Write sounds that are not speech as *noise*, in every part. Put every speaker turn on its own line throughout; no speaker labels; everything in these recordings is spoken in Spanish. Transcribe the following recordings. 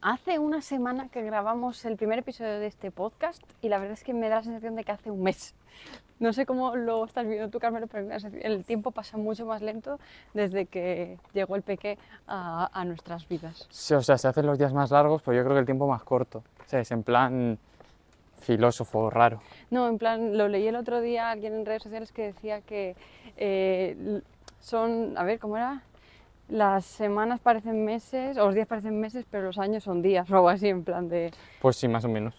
Hace una semana que grabamos el primer episodio de este podcast y la verdad es que me da la sensación de que hace un mes. No sé cómo lo estás viendo tú, Carmelo, pero me da la sensación- el tiempo pasa mucho más lento desde que llegó el peque a, a nuestras vidas.
Sí, o sea, se hacen los días más largos, pero yo creo que el tiempo más corto. O sea, es en plan filósofo raro.
No, en plan, lo leí el otro día alguien en redes sociales que decía que eh, l- son, a ver, ¿cómo era? Las semanas parecen meses, o los días parecen meses, pero los años son días, *laughs* o algo así, en plan de...
Pues sí, más o menos.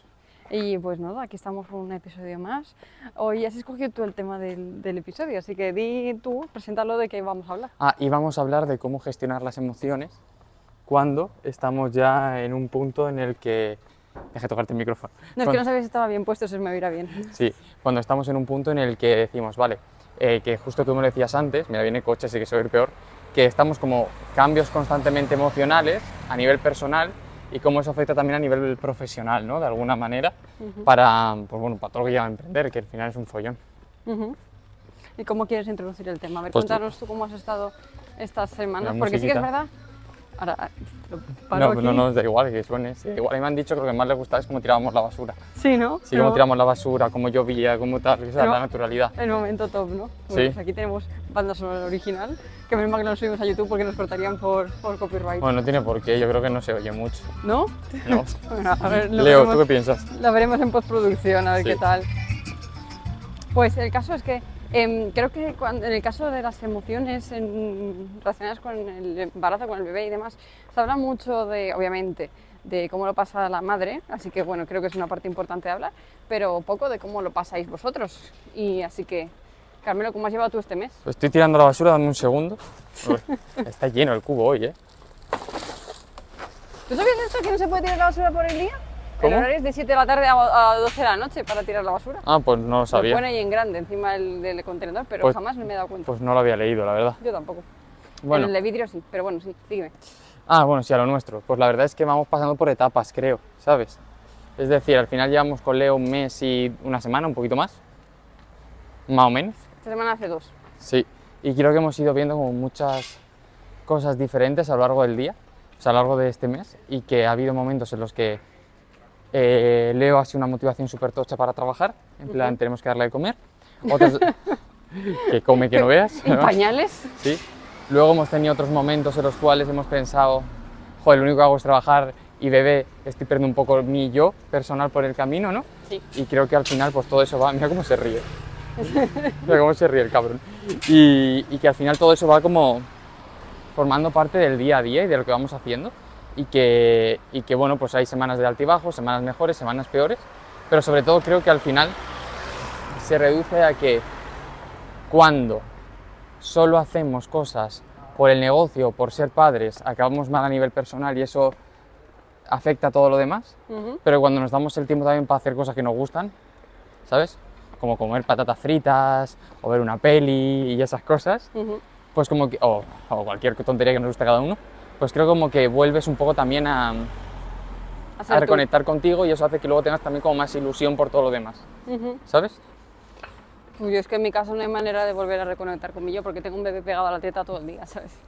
Y pues nada, aquí estamos con un episodio más. Hoy has escogido tú el tema del, del episodio, así que di tú, preséntalo de qué vamos a hablar.
Ah, y vamos a hablar de cómo gestionar las emociones cuando estamos ya en un punto en el que... Deja de tocarte el micrófono.
No, es que
Cuando-
no sabía si estaba bien puesto, si me irá bien.
Sí, cuando estamos en un punto en el que decimos, vale, eh, que justo tú me lo decías antes, mira, viene coche, así que se va a oír peor, que estamos como cambios constantemente emocionales a nivel personal y cómo eso afecta también a nivel profesional, ¿no? De alguna manera,
Ujú,
para, pues bueno, para todo lo que lleva a emprender, que al final es un follón.
ujú. ¿Y cómo quieres introducir el tema? A ver,
Pues tú-
cuéntanos tú cómo has estado estas semanas,
La
porque sí que es
musiquita.
verdad. Ahora, ah, lo paro
No, no,
aquí.
no nos da igual que suene, sí, da igual. A mí me han dicho que lo que más les gustaba es cómo tirábamos la basura.
Sí, ¿no?
Sí, cómo
No,
tiramos la basura, cómo llovía, cómo tal, o sea,
No.
la naturalidad.
El momento top, ¿no?
Sí.
Bueno, pues aquí tenemos banda sonora original, que menos mal que no lo subimos a YouTube porque nos cortarían por, por copyright.
Bueno, no tiene por qué, yo creo que no se oye mucho.
*laughs* ¿No?
¿no?
Bueno, a ver, lo
Leo,
veremos-
¿tú qué piensas?
La veremos en postproducción, a ver
Sí.
qué tal. Pues el caso es que em, creo que cuando- en el caso de las emociones en- relacionadas con el embarazo, con el bebé y demás, se habla mucho de, obviamente, de cómo lo pasa la madre, así que bueno, creo que es una parte importante de hablar, pero poco de cómo lo pasáis vosotros. Y así que, Carmelo, ¿cómo has llevado tú este mes?
Pues estoy tirando la basura, dame un segundo. Uy, Está lleno el cubo hoy, ¿eh?
¿Tú sabías esto que no se puede tirar la basura por el día?
¿Cómo?
El horario es de 7 de la tarde a a 12 de la noche para tirar la basura.
Ah, pues no lo
Lo
sabía.
pone ahí en grande encima del, del contenedor, pero
Pues-
jamás me he dado cuenta.
Pues no lo había leído, la verdad.
Yo tampoco.
Bueno,
En el de vidrio sí, pero bueno, sí, dígame.
ah, bueno, sí, a lo nuestro. Pues la verdad es que vamos pasando por etapas, creo, ¿sabes? Es decir, al final llevamos con Leo un mes y una semana, un poquito más. Más o menos.
Esta semana hace dos.
*laughs* Sí, y creo que hemos ido viendo como muchas cosas diferentes a lo largo del día, o sea, a lo largo de este mes, y que ha habido momentos en los que eh, Leo ha sido una motivación súper tocha para trabajar, en plan,
Ujú.
tenemos que darle de comer, otros, que come que no veas,
¿Y pañales?
sí. Luego hemos tenido otros momentos en los cuales hemos pensado, joder, lo único que hago es trabajar y bebé, estoy perdiendo un poco mi yo personal por el camino, ¿no?
Sí.
Y creo que al final, pues todo eso va. Mira cómo se ríe. Mira cómo se ríe el cabrón. Y, y que al final todo eso va como formando parte del día a día y de lo que vamos haciendo. Y que, y que bueno, pues hay semanas de altibajos, semanas mejores, semanas peores. Pero sobre todo creo que al final se reduce a que cuando solo hacemos cosas por el negocio, por ser padres, acabamos mal a nivel personal y eso afecta a todo lo demás
Ujú.
pero cuando nos damos el tiempo también para hacer cosas que nos gustan, ¿sabes? Como comer patatas fritas, o ver una peli y esas cosas,
Ujú.
pues como que, o, o cualquier tontería que nos guste a cada uno, pues creo como que vuelves un poco también a, a
Hacer tú.
reconectar contigo y eso hace que luego tengas también como más ilusión por todo lo demás,
Ujú.
¿sabes?
Pues yo es que en mi caso no hay manera de volver a reconectar con mi yo porque tengo un bebé pegado a la teta todo el día, ¿sabes? *laughs*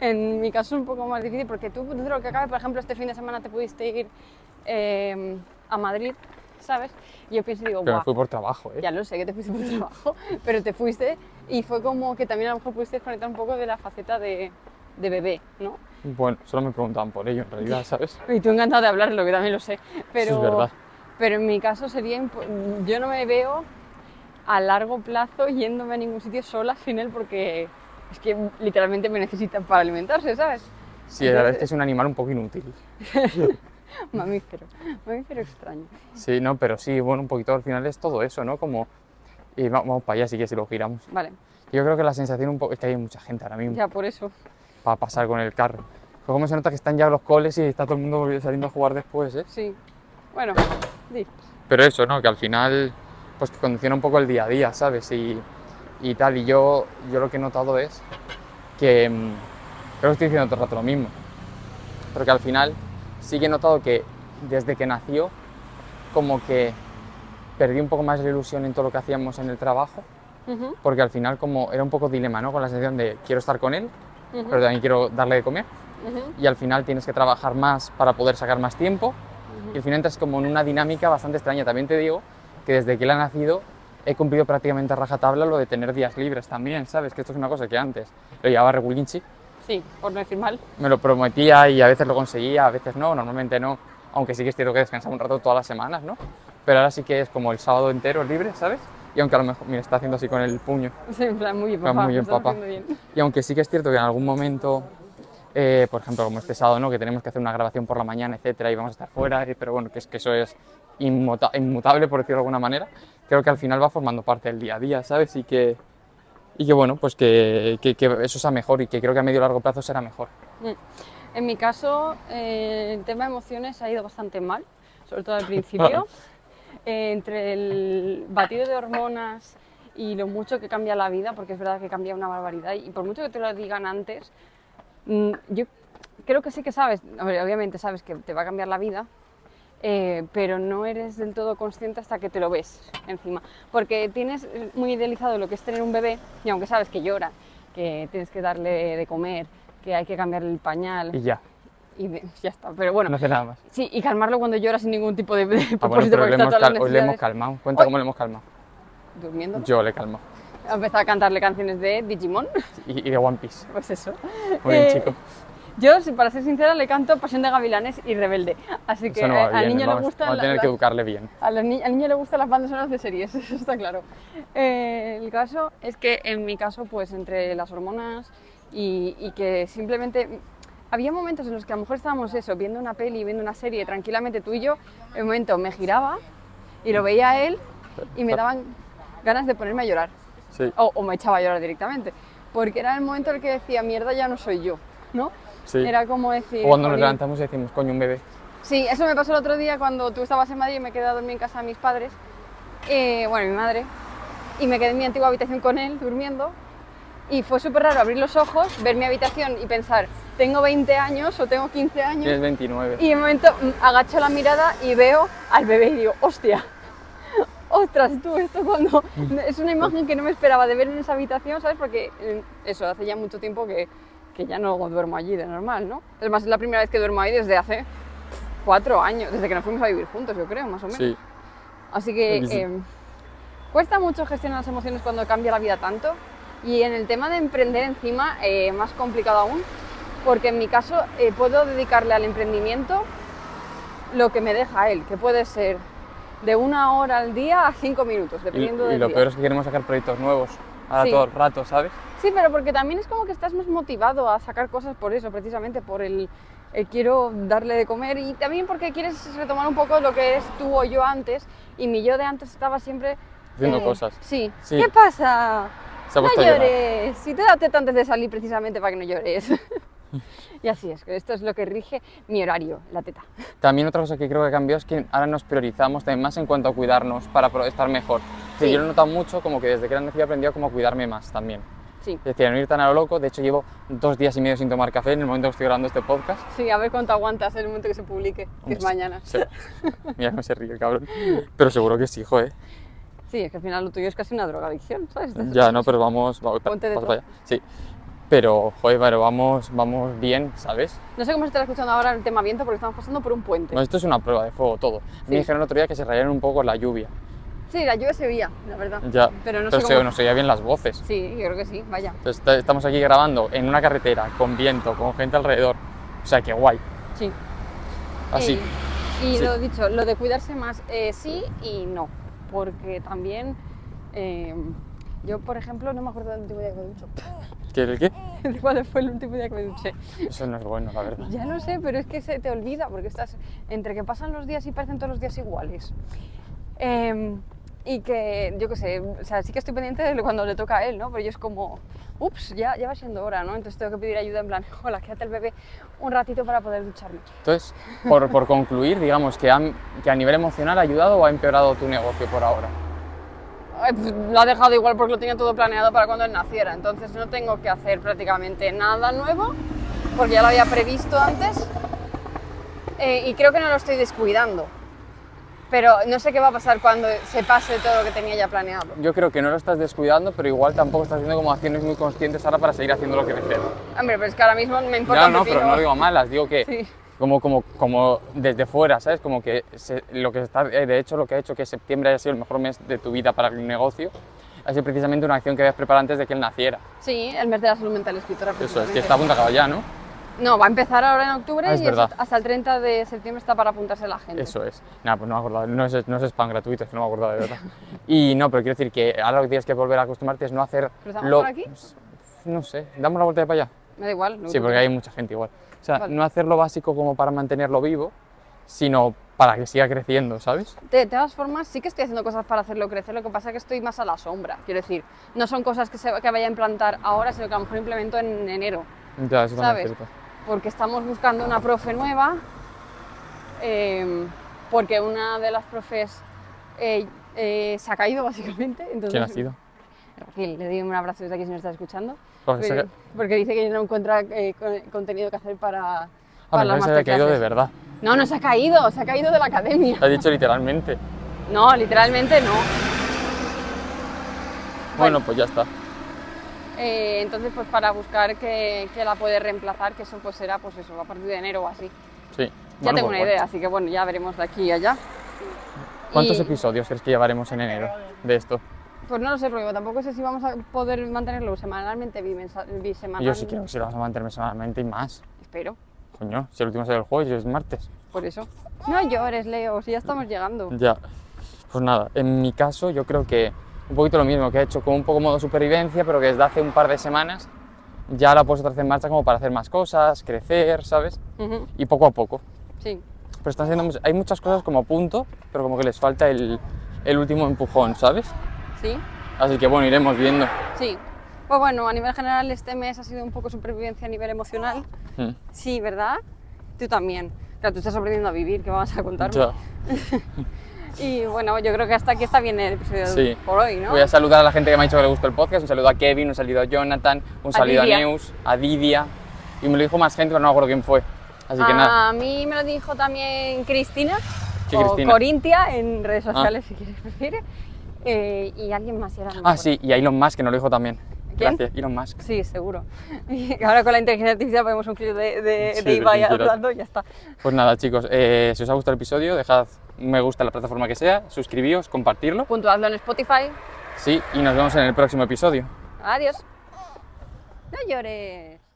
En mi caso es un poco más difícil porque tú, dentro de lo que cabe, por ejemplo, este fin de semana te pudiste ir eh, a Madrid, ¿sabes? Y yo pienso y digo,
Pero
guau,
me fui por trabajo, ¿eh?
Ya lo sé, que te fuiste por trabajo, *laughs* pero te fuiste y fue como que también a lo mejor pudiste desconectar un poco de la faceta de, de bebé, ¿no?
Bueno, solo me preguntaban por ello
*laughs*
en realidad, ¿sabes?
Y tú encantado de hablarlo, que también lo sé. Pero,
es verdad.
Pero en mi caso sería. impo- Yo no me veo a largo plazo yéndome a ningún sitio sola sin él porque es que literalmente me necesitan para alimentarse, ¿sabes? *laughs*
Sí, la verdad es que es un animal un poco inútil.
Mamífero, mamífero extraño.
Sí, no, pero sí, bueno, un poquito al final es todo eso, ¿no? Como, y va- vamos para allá, así que si lo giramos.
Vale,
Yo creo que la sensación un poco es que hay mucha gente ahora mismo
ya por eso.
para pasar con el carro. Pero como se nota que están ya los coles y está todo el mundo volvi- saliendo a jugar después, ¿eh?
Sí. Bueno, di.
Pero eso, ¿no? Que al final, pues que condiciona un poco el día a día, ¿sabes? Y, y tal. Y yo, yo lo que he notado es que. mm, Creo que estoy diciendo todo el rato lo mismo. Pero que al final sí que he notado que desde que nació, como que perdí un poco más la ilusión en todo lo que hacíamos en el trabajo.
Ujú,
porque al final como era un poco dilema, ¿no? Con la sensación de quiero estar con él,
Ujú.
pero también quiero darle de comer.
Ujú,
Y al final tienes que trabajar más para poder sacar más tiempo.
ujú.
Y al final entras como en una dinámica bastante extraña. También te digo que desde que él ha nacido he cumplido prácticamente a rajatabla lo de tener días libres también, ¿sabes? Que esto es una cosa que antes lo llevaba regulinchi,
Sí, por no decir mal.
me lo prometía y a veces lo conseguía, a veces no, normalmente no, aunque sí que es cierto que descansaba un rato todas las semanas, ¿no? Pero ahora sí que es como el sábado entero libre, ¿sabes? Y aunque a lo mejor, mira, está haciendo así con el puño.
Sí, *laughs* en plan, muy bien,
Va
papá.
muy bien,
lo estás
papá.
haciendo bien.
Y aunque sí que es cierto que en algún momento, eh, por ejemplo, como este sábado, ¿no? que tenemos que hacer una grabación por la mañana, etcétera, y vamos a estar fuera, eh, pero bueno, que es que eso es inmuta- inmutable, por decirlo de alguna manera, creo que al final va formando parte del día a día, ¿sabes? Y que, y que bueno, pues que, que- que eso sea mejor y que creo que a medio y largo plazo será mejor.
En mi caso, eh, el tema de emociones ha ido bastante mal, sobre todo al principio. Eh, entre el batido de hormonas y lo mucho que cambia la vida, porque es verdad que cambia una barbaridad, y por mucho que te lo digan antes, mm, yo creo que sí que sabes, a ver, obviamente sabes que te va a cambiar la vida, eh, pero no eres del todo consciente hasta que te lo ves encima. Porque tienes eh, muy idealizado lo que es tener un bebé, y aunque sabes que llora, que tienes que darle de comer, que hay que cambiarle el pañal,
Y ya,
y de- *laughs* ya está. Pero bueno,
no hace nada más.
sí, y calmarlo cuando llora sin ningún tipo de, de
Ah, bueno,
propósito,
pero
porque
le
está
hemos,
todas las
cal- hoy le hemos
necesidades-
calmado. Cuenta
Hoy-
cómo le hemos calmado.
durmiendo.
Yo le calmo.
Ha empezado a cantarle canciones de Digimon, *laughs*
Y, y de One Piece.
pues eso.
Muy bien,
Eh,
chico.
Yo, si- para ser sincera, le canto Pasión de Gavilanes y Rebelde. Así que
Eso no
eh,
va
al
bien.
niño
vamos,
le gustan
vamos a
la-
tener
la-
que educarle bien.
A los ni- al niño le gustan las bandas sonoras de series, *laughs* eso está claro. Eh, el caso es que en mi caso, pues entre las hormonas y, y que simplemente había momentos en los que a lo mejor estábamos eso, viendo una peli, viendo una serie tranquilamente tú y yo, en un momento me giraba y lo veía a él y me daban Oh, ganas de ponerme a llorar
Sí,
o, o me echaba a llorar directamente, porque era el momento en el que decía, mierda, ya no soy yo, ¿no?
sí.
Era como decir...
O cuando nos
"Jolín".
levantamos y decimos, coño, un bebé.
Eh, Sí, eso me pasó el otro día cuando tú estabas en Madrid y me quedé a dormir en casa de mis padres, eh, bueno, mi madre, y me quedé en mi antigua habitación con él durmiendo. Y fue súper raro abrir los ojos, ver mi habitación y pensar, tengo 20 años o tengo 15
Tienes
años.
29.
Y de momento mm, agacho la mirada y veo al bebé y digo, hostia, *laughs* ostras, tú, esto cuando... Es una imagen que no me esperaba de ver en esa habitación, ¿sabes? Porque eh, eso, hace ya mucho tiempo que, que ya no duermo allí de normal, ¿no? Es más, es la primera vez que duermo ahí desde hace cuatro años, desde que nos fuimos a vivir juntos, yo creo, más o menos.
Sí,
Así que
Sí, sí.
eh, cuesta mucho gestionar las emociones cuando cambia la vida tanto. Y en el tema de emprender encima, eh, más complicado aún, porque en mi caso eh, puedo dedicarle al emprendimiento lo que me deja él, que puede ser de una hora al día a cinco minutos,
y,
dependiendo
y
del
lo
día.
peor es que queremos sacar proyectos nuevos ahora
Sí.
todo el rato, ¿sabes?
Sí, pero porque también es como que estás más motivado a sacar cosas por eso, precisamente por el, eh, quiero darle de comer y también porque quieres retomar un poco lo que es tú o yo antes y mi yo de antes estaba siempre...
Haciendo
eh,
cosas.
Sí.
Sí.
¿Qué pasa?
Se ha
no
puesto a llorar.
llores. Si te da teta antes de salir precisamente para que no llores. *laughs* y así es, que esto es lo que rige mi horario, la teta.
También otra cosa que creo que ha cambiado es que ahora nos priorizamos también más en cuanto a cuidarnos para pro- estar mejor. Sí,
Sí.
Yo lo he notado mucho, como que desde que era nacido he aprendido como a cuidarme más también.
Sí.
Es decir, no ir tan a lo loco. De hecho, llevo dos días y medio sin tomar café en el momento que estoy grabando este podcast.
Sí, a ver cuánto aguantas en el momento que se publique, que es
Sí.
mañana.
Sí. Mira, no se ríe, cabrón. Pero seguro que sí, joder.
Sí, es que al final lo tuyo es casi una drogadicción, ¿sabes?
Ya, no, pero vamos, vamos pa-
Ponte de
pasa
todo.
para allá. Sí. Pero, joder, pero vamos, vamos bien, ¿sabes?
No sé cómo se está escuchando ahora el tema viento porque estamos pasando por un puente.
No, esto es una prueba de fuego todo.
Sí.
Me dijeron el otro día que se rayaron un poco la lluvia.
Sí, la lluvia se oía, la verdad.
Ya,
Pero no sé
pero se,
cómo-
nos oía bien las voces.
Sí, yo creo que sí, vaya.
Entonces, esta- estamos aquí grabando en una carretera, con viento, con gente alrededor. O sea, que guay.
Sí.
Así.
Eh, Y,
Sí.
lo dicho, lo de cuidarse más, eh, sí y no. Porque también, eh, yo por ejemplo, no me acuerdo del último día que me ducho.
¿Qué, el qué?
¿De cuál fue *laughs* el último día que me duché?
Eso no es bueno, la verdad.
Ya lo sé, pero es que se te olvida porque estás entre que pasan los días y parecen todos los días iguales. Em, y que, yo qué sé, o sea, sí que estoy pendiente de cuando le toca a él, ¿no? Pero yo es como, ups, ya, ya va siendo hora, ¿no? Entonces tengo que pedir ayuda en plan, hola, quédate el bebé un ratito para poder ducharme.
Entonces, por, por concluir, digamos que, han- que a nivel emocional ha ayudado o ha empeorado tu negocio por ahora.
Ay, pues, Lo ha dejado igual porque lo tenía todo planeado para cuando él naciera, entonces no tengo que hacer prácticamente nada nuevo porque ya lo había previsto antes eh, y creo que no lo estoy descuidando. Pero no sé qué va a pasar cuando se pase todo lo que tenía ya planeado.
Yo creo que no lo estás descuidando, pero igual tampoco estás haciendo como acciones muy conscientes ahora para seguir haciendo lo que deseas.
Hombre, pero es que ahora mismo me importa
No,
un
no,
pepino.
pero no digo malas, digo que
Sí.
como, como, como desde fuera, ¿sabes? Como que se- lo que está, eh, de hecho lo que ha hecho que septiembre haya sido el mejor mes de tu vida para un negocio, ha sido precisamente una acción que habías preparado antes de que él naciera.
Sí, el mes de la salud mental escritora.
Eso, es
precisamente.
que está a punto de acabar ya, ¿no?
No, va a empezar ahora en octubre
Ah, es
y es
verdad.
hasta el 30 de septiembre está para apuntarse la gente.
Eso es. Nada, pues no me acordaba, no es, no es spam gratuito, es que no me acordaba de verdad. Y no, pero quiero decir que ahora lo que tienes que volver a acostumbrarte es no hacer
¿Cruzamos
lo...
por aquí?
No sé, damos la vuelta de para allá.
Me da igual. no-
Sí, porque hay mucha gente igual. O sea,
Vale.
no hacer lo básico como para mantenerlo vivo, sino para que siga creciendo, ¿sabes?
De todas formas, sí que estoy haciendo cosas para hacerlo crecer, lo que pasa es que estoy más a la sombra. Quiero decir, no son cosas que, se, que vaya a implantar ahora, sino que a lo mejor implemento en enero.
Ya, eso también
¿Sabes?
es cierto.
Porque estamos buscando una profe nueva, eh, porque una de las profes eh, eh, se ha caído, *laughs* básicamente. Entonces,
¿Quién ha sido?
Raquel, le doy un abrazo desde aquí si nos está escuchando.
Profesora-
Pero- porque dice que no encuentra eh, con- contenido que hacer para,
Ah,
para
me
las
parece que ha caído de
masterclasses.
verdad.
No, no se ha caído, se ha caído de la academia.
Lo has dicho literalmente.
No, literalmente no.
Bueno, pues ya está.
Eh, entonces, pues para buscar que, que la puede reemplazar, que eso pues será, pues eso, a partir de enero o así.
Sí.
Ya
Bueno,
tengo una
pues, bueno.
idea, así que bueno, ya veremos de aquí y allá.
¿Cuántos
Y-
episodios crees que llevaremos en enero de esto?
Pues no lo sé, Ruego, tampoco sé si vamos a poder mantenerlo semanalmente, bimensa- bisemanal.
Yo sí quiero que si lo vamos a mantener semanalmente y más.
Espero,
Coño, si el último es el jueves y es martes.
por eso. No llores, Leo, si ya estamos llegando.
Ya. Pues nada, en mi caso yo creo que un poquito lo mismo, que he hecho como un poco modo supervivencia, pero que desde hace un par de semanas ya la he puesto otra vez en marcha como para hacer más cosas, crecer, ¿sabes?
Ujú,
Y poco a poco.
Sí,
Pero están siendo, mus- hay muchas cosas como a punto, pero como que les falta el, el último empujón, ¿sabes?
sí,
Así que bueno, iremos viendo.
sí. Pues bueno, a nivel general este mes ha sido un poco supervivencia a nivel emocional.
Mm.
Sí, ¿verdad? Tú también. Claro, tú estás aprendiendo a vivir, ¿qué vas a contarme?
Ya.
Y bueno, yo creo que hasta aquí está bien el episodio
Sí.
por hoy, ¿no?
Voy a saludar a la gente que me ha dicho que le gustó el podcast. Un saludo a Kevin, un saludo a Jonathan, un saludo a,
Didia.
Neus, a Didia. Y me lo dijo más gente, pero no me acuerdo quién fue. Así
Ah.
que nada.
A mí me lo dijo también Cristina,
Sí,
o
Cristina. Ah.
Corintia en redes sociales, si quieres prefiere. Eh, y alguien más y ahora no me
Ah,
acuerdo.
sí, y a Elon Musk, que nos lo dijo también.
¿Quién?
Gracias, Elon Musk.
Sí, seguro. *laughs* Y ahora con la inteligencia artificial ponemos un clip de, de,
Sí,
de
de
Ibai
quien quieras.
hablando y ya está.
Pues nada, chicos, eh, si os ha gustado el episodio, dejad un me gusta en la plataforma que sea, suscribíos, compartirlo.
Puntuadlo en Spotify.
Sí, y nos vemos en el próximo episodio.
Adiós. No llores.